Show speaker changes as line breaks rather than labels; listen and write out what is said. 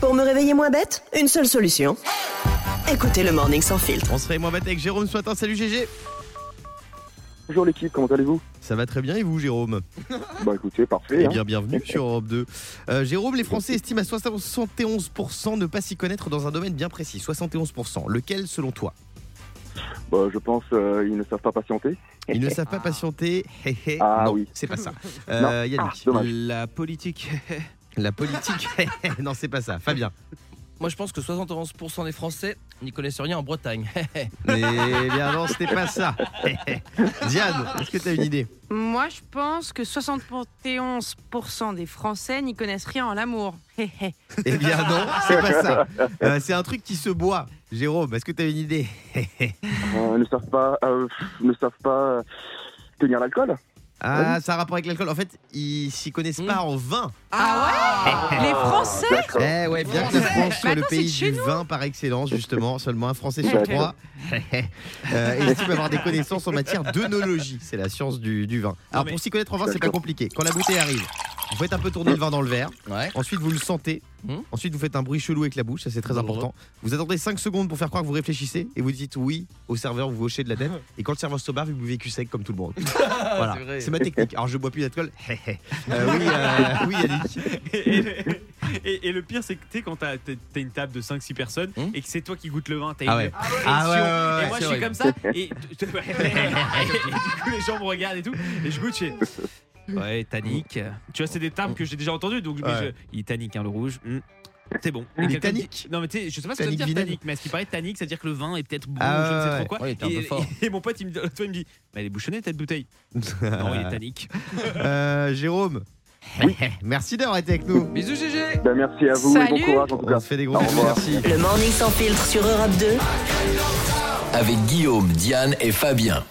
Pour me réveiller moins bête, une seule solution. Écoutez le Morning Sans Filtre.
On se réveille moins bête avec Jérôme ce matin. Salut GG.
Bonjour l'équipe, comment allez-vous
Ça va très bien et vous, Jérôme
Bah écoutez, parfait.
Eh
hein.
bien, bienvenue sur Europe 2. Euh, Jérôme, les Français estiment à 71% ne pas s'y connaître dans un domaine bien précis. 71%. Lequel, selon toi
Bah, je pense euh, ils ne savent pas patienter.
Ils ne savent pas
Ah.
patienter. Hé, hé.
Eh, Ah
non,
oui.
c'est pas ça.
Non.
Euh, Yannick.
Ah, dommage.
La politique.
La politique. non, c'est pas ça. Fabien.
Moi, je pense que 71% des Français n'y connaissent rien en Bretagne.
Mais eh bien non, c'était pas ça. Hé, hé. Diane, est-ce que t'as une idée
Moi, je pense que 71% des Français n'y connaissent rien en l'amour. Hé, hé.
Eh bien non, c'est pas ça. Euh, c'est un truc qui se boit. Jérôme, est-ce que t'as une idée
Euh, ne savent pas, euh, pff, ne savent pas euh, tenir l'alcool.
Ah, ça a rapport avec l'alcool. En fait, ils s'y connaissent pas en vin.
Ah ouais Les Français
D'accord.
Eh ouais, bien que la France soit
Bah
le
attends,
pays
c'est de chez
du vin par excellence, justement, seulement un Français sur
Ouais.
trois euh, estime avoir des connaissances en matière d'œnologie. C'est la science du, du vin. Alors pour s'y connaître en vin, c'est pas
D'accord.
compliqué. Quand la bouteille arrive, vous faites un peu tourner le vin dans le verre.
Ouais.
Ensuite, vous le sentez.
Hmm.
Ensuite, vous faites un bruit chelou avec la bouche, ça c'est très
Mmh.
important. Vous attendez 5 secondes pour faire croire que vous réfléchissez et vous dites oui au serveur, vous hochez de la tête. Et quand le serveur se barre, vous buvez cul sec comme tout le monde. voilà,
C'est vrai.
c'est ma technique. Alors je bois plus d'alcool. Euh, oui, euh, oui, Yannick.
et, et- et le pire, c'est que tu sais, quand t'as t'as- t'as une table de 5-6 personnes
Hmm.
et que c'est toi qui goûte le vin, t'as
Ah
une
ouais.
pression.
Ah ouais, ouais, ouais,
et moi,
c'est
je suis
horrible.
comme ça. Et, t- t- et du coup, les gens me regardent et tout. Et je goûte, je fais, Ouais, tannique. Tu vois, c'est des termes que j'ai déjà entendus. Donc, mais
Ouais.
je- il est tannique, hein, le rouge. Hmm. C'est bon.
Il est
quelqu'un me dit-
tannique
Non, mais tu sais, je sais pas ce que ça veut
Tannique
dire
vinaigre.
tannique, mais à ce qui paraît tannique, c'est-à-dire que le vin est peut-être bon,
Ah
je ne sais
ouais,
trop quoi.
ouais, il était un peu
et,
fort.
et mon pote, il me, dit- toi, il me dit Bah, elle est bouchonnée, cette bouteille.
Ah.
non, il est tannique.
Euh, Jérôme, merci d'avoir été avec nous.
Bisous, GG
Ben, merci à vous et
Salut.
bon courage en tout
On
cas.
se fait des gros
Au
bisous,
revoir.
merci.
Le Morning Sans Filtre sur Europe 2.
Avec Guillaume, Diane et Fabien.